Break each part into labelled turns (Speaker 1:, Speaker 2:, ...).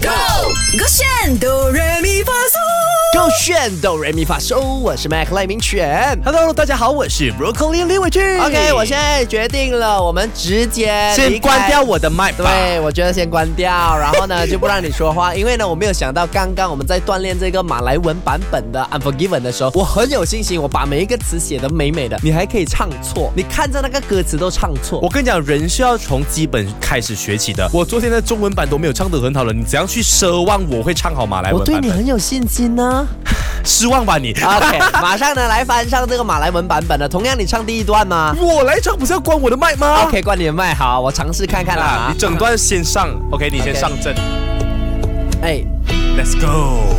Speaker 1: Go，
Speaker 2: 勾选哆来咪发嗦，
Speaker 1: 勾选哆瑞咪发嗦，我是麦克赖明犬。
Speaker 3: Hello，大家好，我是 Broccoli 李伟俊。
Speaker 1: OK，我现在决定了，我们直接离
Speaker 3: 先
Speaker 1: 开
Speaker 3: 关掉。我的麦吧。
Speaker 1: 对，我觉得先关掉，然后呢就不让你说话，因为呢我没有想到刚刚我们在锻炼这个马来文版本的 Unforgiven 的时候，我很有信心，我把每一个词写得美美的，你还可以唱错，你看着那个歌词都唱错
Speaker 3: 我。跟你讲，人是要从基本开始学起的。我昨天的中文版都没有唱得很好了，你怎样去奢望我会唱好马来
Speaker 1: 我
Speaker 3: 文
Speaker 1: 对
Speaker 3: 版
Speaker 1: 你
Speaker 3: 本？
Speaker 1: 很有信心呢、
Speaker 3: 失望吧你！
Speaker 1: OK，马上呢来翻上这个马来文版本的，同样你唱第一段 吗
Speaker 3: 我来唱不是要关我的麦吗
Speaker 1: 啊 OK，关你的麦好，我尝试看看
Speaker 3: 啊
Speaker 1: 啦，
Speaker 3: 你。整段先上，OK，你先
Speaker 1: OK
Speaker 3: 上阵
Speaker 1: 哎，
Speaker 3: ，Let's go。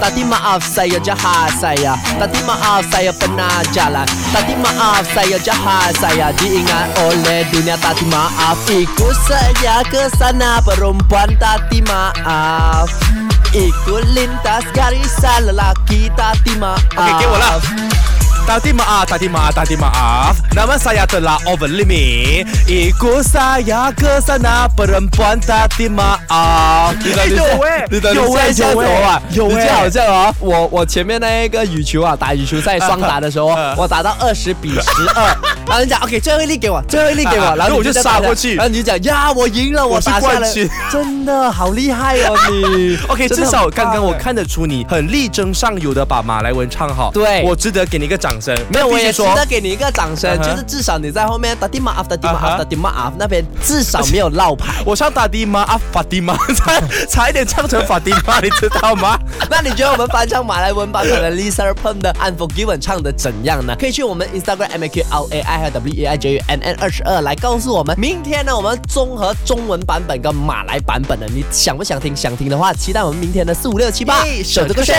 Speaker 1: tadi maaf saya jahat saya, tadi maaf saya pernah jalan, tadi maaf saya jahat saya diingat oleh dunia tadi maaf ikut saya ke sana perempuan tadi maaf. Ikut lintas garisan lelaki tadi maaf
Speaker 3: OK，给我了。Tadi maaf, tadi maaf, tadi maaf. Nama 啊 saya telah over limit. Ikut saya ke sana perempuan tadi maaf. 啊你的
Speaker 1: 有哎、
Speaker 3: 你的
Speaker 1: 有哎、
Speaker 3: 哎，
Speaker 1: 像什么啊？
Speaker 3: 有
Speaker 1: 你
Speaker 3: 哎，
Speaker 1: 记得好像哦，我我前面那个羽球啊，打羽球赛双打的时候，
Speaker 3: 嗯
Speaker 1: 我打到二十比十 二，然后人家 OK 最后一粒给我，最后一粒给我，
Speaker 3: 啊
Speaker 1: 然
Speaker 3: 啊
Speaker 1: 后
Speaker 3: 然后我
Speaker 1: 你
Speaker 3: 就
Speaker 1: 再
Speaker 3: 杀
Speaker 1: 打一下
Speaker 3: 过去
Speaker 1: 然后你就讲呀，我赢了，我
Speaker 3: 我是
Speaker 1: 打下
Speaker 3: 冠
Speaker 1: 了
Speaker 3: 军，
Speaker 1: 真的好厉害哦 你
Speaker 3: OK，
Speaker 1: 真的
Speaker 3: 至
Speaker 1: 很
Speaker 3: 少刚
Speaker 1: 棒
Speaker 3: 刚我
Speaker 1: 哎
Speaker 3: 看得出你很力争上游的把马来文唱好，
Speaker 1: 对
Speaker 3: 我值得给你一个掌声。
Speaker 1: 没有，
Speaker 3: 但
Speaker 1: 我
Speaker 3: 必须
Speaker 1: 也值
Speaker 3: 说
Speaker 1: 得给你一个掌声
Speaker 3: 嗯，哼
Speaker 1: 就是至少你在后面打地马 a 打地马 a
Speaker 3: 嗯哼
Speaker 1: 打地马 a 那边至少没有落牌。
Speaker 3: 我唱打的妈啊，法蒂妈， 差差一点唱成法蒂妈，你知道吗？
Speaker 1: 那你觉得我们翻唱马来文版本的 Lisa Pum 的 Unforgiven 唱的怎样呢？可以去我们 Instagram M A Q L A I 和 W E I J U N N 二十二来告诉我们。明天呢，我们综合中文版本跟马来版本的，你想不想听？想听的话，期待我们明天的四五六七八
Speaker 3: 耶
Speaker 1: 守着歌声。